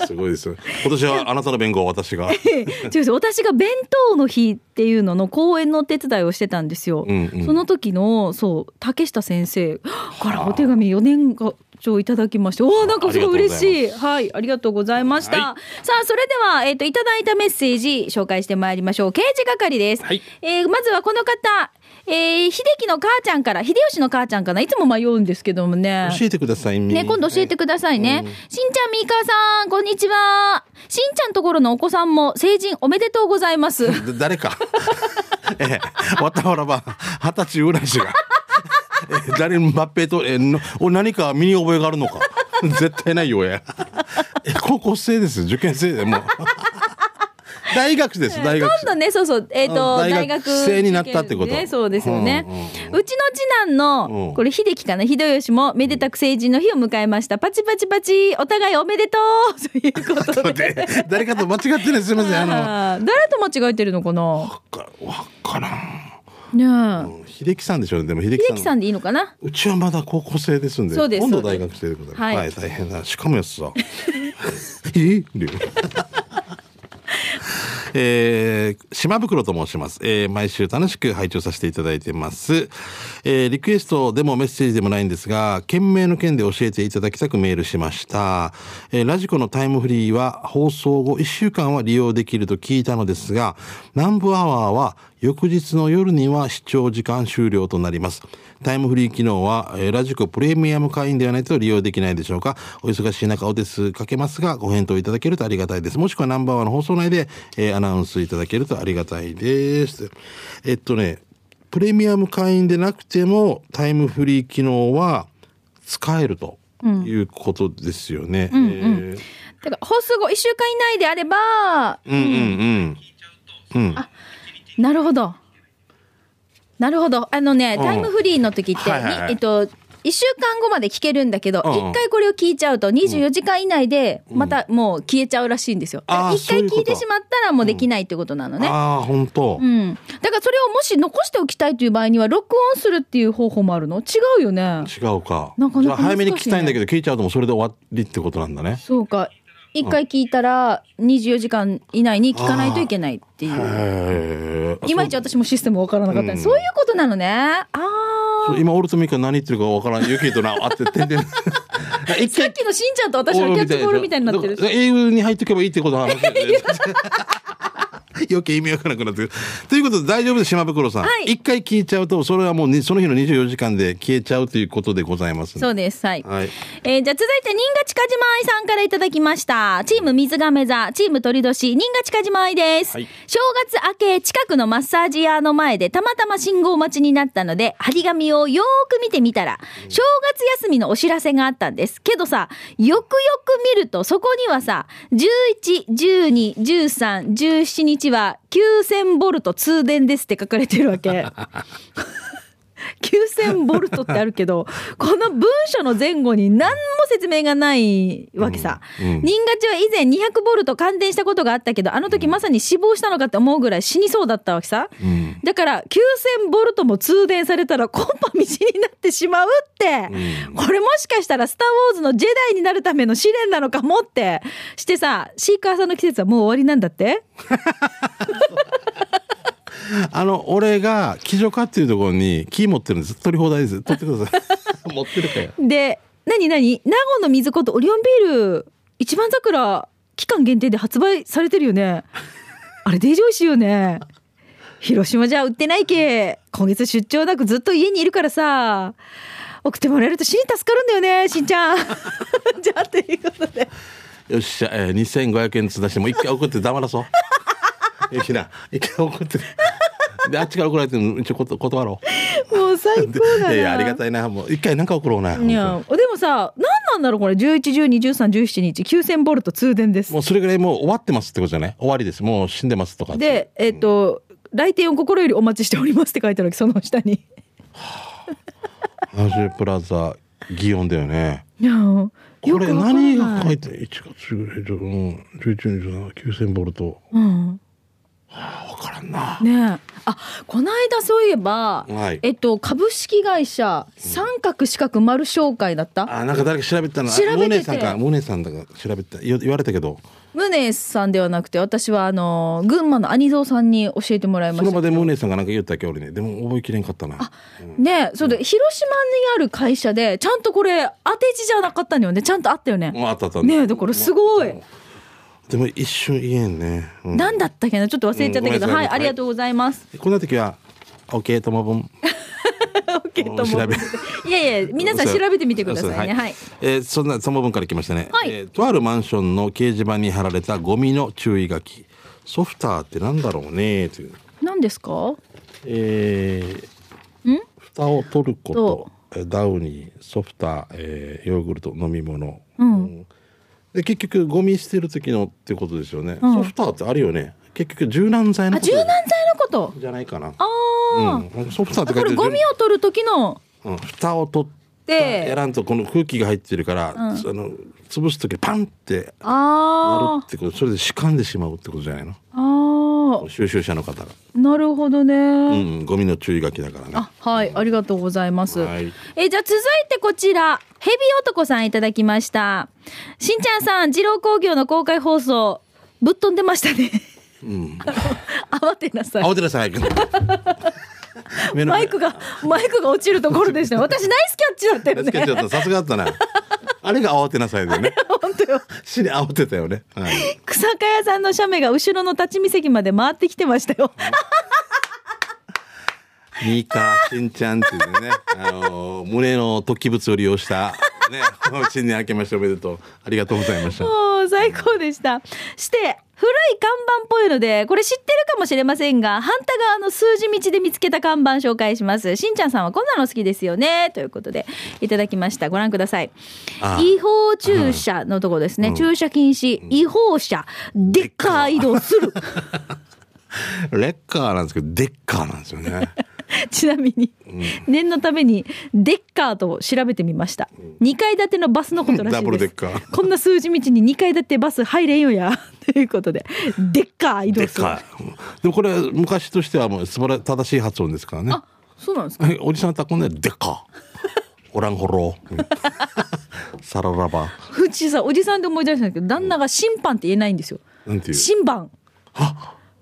[SPEAKER 2] すごいですよ今年はあなたの弁護を私が
[SPEAKER 1] 違う私が弁当の日っていうのの公演のお手伝いをしてたんですよ、
[SPEAKER 2] うんうん
[SPEAKER 1] その時のそう竹下先生 からお手紙4年が長いただきましておおなんかすごい嬉
[SPEAKER 2] あ
[SPEAKER 1] し
[SPEAKER 2] り
[SPEAKER 1] いはいありがとうございました、
[SPEAKER 2] は
[SPEAKER 1] さあそれでは、えっといただいたメッセージ紹介してまいりましょう刑事係です、
[SPEAKER 2] はい
[SPEAKER 1] えーまずはこの方えー秀樹の母ちゃんから秀吉の母ちゃんかないつも迷うんですけどもね
[SPEAKER 2] 教えてください
[SPEAKER 1] ね、今度教えて
[SPEAKER 2] く
[SPEAKER 1] くださいね。しんちゃん、みーかーさん、こんにちは。しんちゃんところのお子さんも成人おめでとうござい ます。
[SPEAKER 2] ださい誰かええわたわらば二十歳ぐらいしが え誰に抜兵とえのお何か身に覚えがあるのか 絶対ないよええ高校生です受験生でもう 大学です大学
[SPEAKER 1] 今度ね、そうそう、えっ、と、
[SPEAKER 2] うん
[SPEAKER 1] 大
[SPEAKER 2] 大学
[SPEAKER 1] 学
[SPEAKER 2] 生になったってこと
[SPEAKER 1] ね、そうですよね。
[SPEAKER 2] う
[SPEAKER 1] うん
[SPEAKER 2] うん
[SPEAKER 1] ちの次男
[SPEAKER 2] うん
[SPEAKER 1] の、これ秀樹かな、秀吉もめでたく成人の日を迎えました。パチパチパチ、お互いおめでとうということで。
[SPEAKER 2] で誰かと間違ってないすいま せんあの
[SPEAKER 1] あー誰と間違えてるのかな。
[SPEAKER 2] かわからん。
[SPEAKER 1] ねえ。
[SPEAKER 2] 秀樹さんでしょうね。でも秀樹さ
[SPEAKER 1] 秀
[SPEAKER 2] ん。
[SPEAKER 1] 樹さんでいいのかな。
[SPEAKER 2] うちはまだ高校生ですんで。
[SPEAKER 1] そうです
[SPEAKER 2] 今度大学生でございます。は、
[SPEAKER 1] はいい
[SPEAKER 2] 大変だ。しかもやつ さ。えっていう えー、島袋と申します、えー毎週楽しく拝聴させていただいてます、えーリクエストでもメッセージでもないんですが件名の件で教えていただきたくメールしました、えーラジコのタイムフリーは放送後1週間は利用できると聞いたのですが南部アワーは翌日の夜には視聴時間終了となりますタイムフリー機能は、えーラジコプレミアム会員ではないと利用できないでしょうかお忙しい中お手数かけますがご返答いただけるとありがたいですもしくはナンバーワンの放送内で、えーアナウンスいただけるとありがたいですえっとねプレミアム会員でなくてもタイムフリー機能は使えるということですよね、えー
[SPEAKER 1] だから、放送後1週間以内であれば、
[SPEAKER 2] うんうんうんうん
[SPEAKER 1] なるほど。なるほど。あのね、
[SPEAKER 2] うん
[SPEAKER 1] タイムフリーの時って、
[SPEAKER 2] はいはいはい
[SPEAKER 1] にえっと、1週間後まで聞けるんだけど、
[SPEAKER 2] うん
[SPEAKER 1] 一1回これを聞いちゃうと24時間以内で、またもう消えちゃうらしいんですよ。だか
[SPEAKER 2] あ
[SPEAKER 1] ら
[SPEAKER 2] ー
[SPEAKER 1] 1回
[SPEAKER 2] そういうこと
[SPEAKER 1] 聞いてしまったらもうできないってことなのね。
[SPEAKER 2] ああ本当、
[SPEAKER 1] うん。だからそれをもし残しておきたいという場合には、録音するっていう方法もあるの違うよね。
[SPEAKER 2] 違うか
[SPEAKER 1] なかなか難しいね
[SPEAKER 2] じゃあ早めに聞きたいんだけど聞いちゃうともうそれで終わりってことなんだね
[SPEAKER 1] そうか。1回聞いたら24時間以内に聞かないといけないっていう。
[SPEAKER 2] へえ
[SPEAKER 1] いまいち私もシステムわからなかった、
[SPEAKER 2] うん
[SPEAKER 1] そういうことなのね。ああ。
[SPEAKER 2] そう今俺とミカ何言ってるかわからんユキとな会っててんてん一
[SPEAKER 1] さっ
[SPEAKER 2] 回
[SPEAKER 1] きのしんちゃんと私のキャッチボールみたいになってる
[SPEAKER 2] だから英語に入っておけばいいってことなのい 余計意味わからなくなってくる。ということで大丈夫です、島袋さん。
[SPEAKER 1] はい
[SPEAKER 2] 一回聞いちゃうと、それはもうにその日の24時間で消えちゃうということでございます。
[SPEAKER 1] そうです。はい。
[SPEAKER 2] はい。
[SPEAKER 1] えーじゃあ続いて、新賀近島愛さんからいただきました。チーム水亀座、チーム鳥年、新賀近島愛です。
[SPEAKER 2] はい
[SPEAKER 1] 正月明け、近くのマッサージ屋の前でたまたま信号待ちになったので、張り紙をよーく見てみたら、正月休みのお知らせがあったんです。けどさ、よくよく見ると、そこにはさ、11、12、13、17日は9000ボルト通電ですって書かれてるわけ。9000ボルトってあるけどこの文書の前後に何も説明がないわけさ、
[SPEAKER 2] うんうん
[SPEAKER 1] 新勝は以前200ボルト感電したことがあったけどあの時まさに死亡したのかって思うぐらい死にそうだったわけさ、
[SPEAKER 2] うん。
[SPEAKER 1] だから9000ボルトも通電されたらコンパ道になってしまうって、
[SPEAKER 2] う
[SPEAKER 1] これもしかしたら「スター・ウォーズ」のジェダイになるための試練なのかもってしてさシーカーさんの季節はもう終わりなんだって
[SPEAKER 2] あの、俺が、騎乗かっていうところに、キー持ってるんです。取り放題です。取ってください。持ってるかよ。
[SPEAKER 1] で、なになに、名護の水子とオリオンビール、一番桜、期間限定で発売されてるよ ね。あれ、デージ美味しいよね。広島じゃ売ってないけ。今月出張なくずっと家にいるからさ。送ってもらえると死に助かるんだよね、しんちゃん。 じゃあ、ということで。
[SPEAKER 2] よっしゃ、えー、2500円ずつ出してもう一回送って黙 らそう。よしな、一回送って。で、あっちから送られてるの、一応こと断ろ
[SPEAKER 1] もう最
[SPEAKER 2] う。
[SPEAKER 1] 高
[SPEAKER 2] で
[SPEAKER 1] だな。
[SPEAKER 2] いや、ありがたいな、もう一回なんか送ろうな。
[SPEAKER 1] いや
[SPEAKER 2] 本
[SPEAKER 1] でもさ、何なんだろう、これ。11、12、13、17日、9000ボルト通電で
[SPEAKER 2] 当
[SPEAKER 1] す
[SPEAKER 2] に。もうそれぐらいもう終わってますってことじゃない終わりです。もう死んでますとかって。
[SPEAKER 1] で、えっ、と、来店を心よりお待ちしておりますって書いてあるわけその下に。
[SPEAKER 2] アジェプラザ、祇園だよね。
[SPEAKER 1] いやー
[SPEAKER 2] これ何が書い
[SPEAKER 1] て
[SPEAKER 2] て、1月ぐらいで、うん、11日の9000ボルト。
[SPEAKER 1] うん
[SPEAKER 2] わからんな。
[SPEAKER 1] ねえあこの間そういえば、
[SPEAKER 2] はい
[SPEAKER 1] えっと、株式会社三角四角丸商会だった
[SPEAKER 2] あ、なんか誰か調べてたな。
[SPEAKER 1] 調べてて
[SPEAKER 2] ムネさんか、ムネさんだが調べてた、言言われたけど、
[SPEAKER 1] ムネさんではなくて私はあの群馬の兄蔵さんに教えてもらいま
[SPEAKER 2] そ
[SPEAKER 1] し
[SPEAKER 2] の
[SPEAKER 1] た
[SPEAKER 2] 場でムネさんがなんか言ったっけ、俺ね。でも覚えきれんかったな。
[SPEAKER 1] ねえそうで広島にある会社でちゃんとこれ当て字じゃなかったのよねちゃんとあったよね
[SPEAKER 2] あったあった
[SPEAKER 1] ねえだからすごい
[SPEAKER 2] でも一瞬言えんね、うん
[SPEAKER 1] 何だったっけなちょっと忘れちゃったけど、
[SPEAKER 2] うんごめんなさい
[SPEAKER 1] はい
[SPEAKER 2] はい
[SPEAKER 1] ありがとうございます
[SPEAKER 2] こんな時は OK ともぶん
[SPEAKER 1] OK と思
[SPEAKER 2] 調
[SPEAKER 1] う
[SPEAKER 2] べ
[SPEAKER 1] いやいや皆さん調べてみてくださいね
[SPEAKER 2] そうそう
[SPEAKER 1] はい
[SPEAKER 2] えーそんなともぶんから来ましたね、
[SPEAKER 1] はい
[SPEAKER 2] えーとあるマンションの掲示板に貼られたゴミの注意書きソフターってなんだろうねという
[SPEAKER 1] 何ですか
[SPEAKER 2] えー
[SPEAKER 1] ん
[SPEAKER 2] 蓋を取ることえーダウニーソフター、えーヨーグルト飲み物、
[SPEAKER 1] うん
[SPEAKER 2] で結局ゴミ捨てる時のってことですよね、
[SPEAKER 1] うん
[SPEAKER 2] ソフターってあるよね結局柔軟剤の
[SPEAKER 1] あ
[SPEAKER 2] こと
[SPEAKER 1] 柔軟剤のこと
[SPEAKER 2] じゃないかな
[SPEAKER 1] ああ、
[SPEAKER 2] うん、ソフターって
[SPEAKER 1] だか
[SPEAKER 2] 書いて
[SPEAKER 1] ら
[SPEAKER 2] る
[SPEAKER 1] ゴミを取る時の
[SPEAKER 2] うん、蓋を取って
[SPEAKER 1] で
[SPEAKER 2] やらんとこの空気が入ってるから、あの潰す時パンってなる
[SPEAKER 1] あ
[SPEAKER 2] ってことそれでしかんでしまうってことじゃないの
[SPEAKER 1] ああ
[SPEAKER 2] 収集者の方が、
[SPEAKER 1] あなるほどね、
[SPEAKER 2] うん、ゴミの注意書きだからね
[SPEAKER 1] あはいありがとうございます、
[SPEAKER 2] はい
[SPEAKER 1] えじゃあ続いてこちらヘビ男さんいただきましたしんちゃんさん二郎工業の公開放送ぶっ飛んでましたね
[SPEAKER 2] うん
[SPEAKER 1] 慌てなさい
[SPEAKER 2] 慌てな さい目の
[SPEAKER 1] マイクがマイクが落ちるところで した私ナイスキャッチだったよ
[SPEAKER 2] 助けちゃ
[SPEAKER 1] ね
[SPEAKER 2] ったさすがだったなあれが慌てなさいだよね
[SPEAKER 1] 本当よ
[SPEAKER 2] 死に慌てたよね、はい、
[SPEAKER 1] 草加屋さんの写メが後ろの立ち見席まで回ってきてましたよ
[SPEAKER 2] ミカしんちゃんっていうねあの胸の突起物を利用したね 新年明けましておめでとうありがとうございま した
[SPEAKER 1] もう最高でした。して、古い看板っぽいので、これ知ってるかもしれませんが、反対側の数字道で見つけた看板紹介します。しんちゃんさんはこんなの好きですよね。ということで、いただきました。ご覧ください
[SPEAKER 2] あ。あ
[SPEAKER 1] 違法駐車のとこですね。駐車禁止、違法車、でっかい移動する。
[SPEAKER 2] レッカーなんですけど、デッカーなんですよ ね。
[SPEAKER 1] ちなみに、念のために、デッカーと調べてみました。2階建てのバスのことらしいです。
[SPEAKER 2] ダブルデッカー
[SPEAKER 1] こんな数字道に2階建てバス入れんよや。 ということで、デッカー移動
[SPEAKER 2] デッ
[SPEAKER 1] する。
[SPEAKER 2] カー。でもこれ、昔としてはもう素晴ら正しい発音ですからね。
[SPEAKER 1] あ、そうなんですか。
[SPEAKER 2] えおじさんたこんなデッカー。オランホロー。うん サララバ。
[SPEAKER 1] うちさ、おじさんで思い出したんですけど、旦那が審判って言えないんですよ。
[SPEAKER 2] なんていう。
[SPEAKER 1] 審判。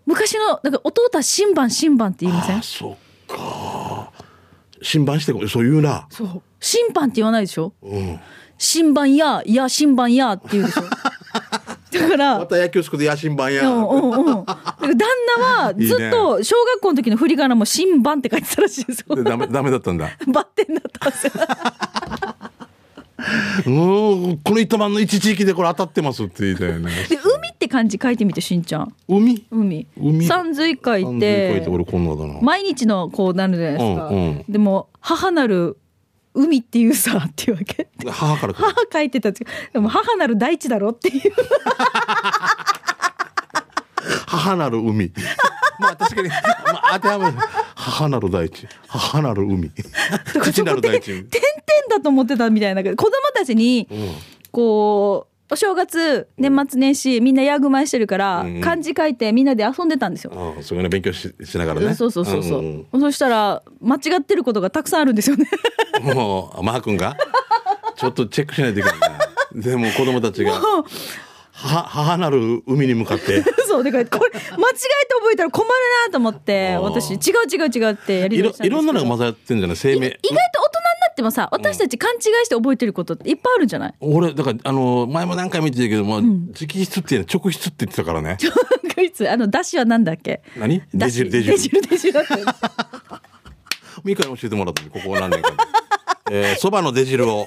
[SPEAKER 1] 昔の、なんか、弟は審判、審判って言いません
[SPEAKER 2] あ、。そっか。新版してこ、そう言うな。
[SPEAKER 1] そう。審判って言わないでしょ
[SPEAKER 2] うん。
[SPEAKER 1] 審判や、い や、審判やって言うでしょだから。
[SPEAKER 2] また野球スクで野新版や。
[SPEAKER 1] うんうんうん。だか旦那はずっと小学校の時の振り仮名も新版って書いてたらしいですよ。
[SPEAKER 2] でダメダメだったんだ
[SPEAKER 1] バッテンだったんですよ。
[SPEAKER 2] うんこの一晩の一地域でこれ当たってますって言いたよね
[SPEAKER 1] で、海って漢字書いてみて、しんちゃん。
[SPEAKER 2] 海
[SPEAKER 1] 海。
[SPEAKER 2] 海
[SPEAKER 1] 山水書い
[SPEAKER 2] 書い
[SPEAKER 1] て
[SPEAKER 2] て、俺こんなだな
[SPEAKER 1] 毎日のこうなるじゃないですか。
[SPEAKER 2] うんうん
[SPEAKER 1] でも、母なる海っていうさ、っていうわけ。
[SPEAKER 2] 母から来る
[SPEAKER 1] 母書いてたんですけど、でも母なる大地だろっていう。
[SPEAKER 2] 母なる海まあ確かに、まあ、当てはめる母なる大地母なる 海父なる大地
[SPEAKER 1] 点々だと思ってたみたいな。子供たちに、こう、お正月、年末年始、みんなヤーグマイしてるから
[SPEAKER 2] うんうん、
[SPEAKER 1] 漢字書いてみんなで遊んでたんですよ。
[SPEAKER 2] うん、そういうの勉強ししながらね
[SPEAKER 1] そうそうそうそう。
[SPEAKER 2] んん
[SPEAKER 1] そしたら、間違ってることがたくさんあるんです よね。
[SPEAKER 2] うんもうマー君がちょっとチェックしないといけないなでも子供たち が
[SPEAKER 1] もう
[SPEAKER 2] は母なる海に向かって
[SPEAKER 1] そうでこれこれ間違えて覚えたら困るなと思って
[SPEAKER 2] あー
[SPEAKER 1] 私違う違う違うってやり取
[SPEAKER 2] いろ
[SPEAKER 1] りしたんですけ
[SPEAKER 2] いろん
[SPEAKER 1] ど
[SPEAKER 2] なのが混ざってんじゃない生命
[SPEAKER 1] 意外と大人になってもさ私たち勘違いして覚えてることっていっぱいあるんじゃない、
[SPEAKER 2] 俺だからあの前も何回も言ってたけども、直筆っていうの直筆って言ってたからね
[SPEAKER 1] なんかいつあのだしはなんだっけ
[SPEAKER 2] 何デジルデジル
[SPEAKER 1] 出汁出汁 だって
[SPEAKER 2] ミカに教えてもらったのここ何年か でえーそばの出汁を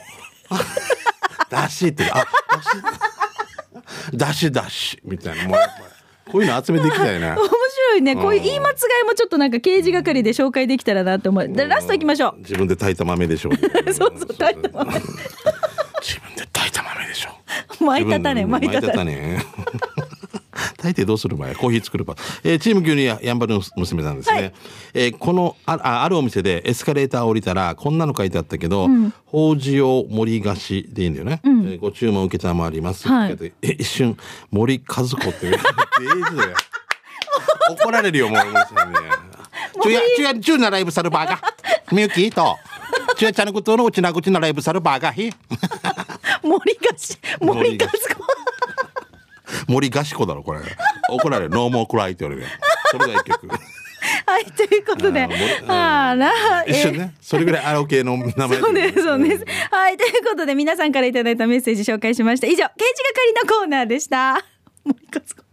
[SPEAKER 2] だしってあだしだしだしみたいなもうこういうの集めていき たいな
[SPEAKER 1] 面白いねこういう
[SPEAKER 2] うん
[SPEAKER 1] 言い間違いもちょっとなんか刑事係で紹介できたらなって思うでラストいきましょ
[SPEAKER 2] 自分で炊いた豆でしょう
[SPEAKER 1] うそうそうタイトル
[SPEAKER 2] 自分で炊いた豆でしょ
[SPEAKER 1] 巻いた種巻いた種
[SPEAKER 2] ね 大抵どうする前コーヒー作る場、えーチーム牛乳ややんばるの娘さんですね、
[SPEAKER 1] はい
[SPEAKER 2] えーこのあああるお店でエスカレーターを降りたらこんなの書いてあったけど、法事を盛り菓子でいいんだよね、えーご注文受けたまわります、
[SPEAKER 1] はい
[SPEAKER 2] って書いてえ一瞬森和子って いうデイジだよ怒られるよもう森さ んね中夜中夜中なライブサルバーがみゆきと中夜ちゃんのことのうちなうちなライブサルバーがひ
[SPEAKER 1] 森菓子森
[SPEAKER 2] 森
[SPEAKER 1] 菓
[SPEAKER 2] 菓
[SPEAKER 1] 子
[SPEAKER 2] 子森ガシコだろこれ怒られる「ノーモークライ」って言われるよそれが 一曲
[SPEAKER 1] はいということで
[SPEAKER 2] あー森うん
[SPEAKER 1] あら
[SPEAKER 2] 一緒にねそれぐらいアラオケの名前
[SPEAKER 1] そうです、そうです。はい、ということで皆さんからいただいたメッセージ紹介しました。以上、刑事係のコーナーでした。森勝子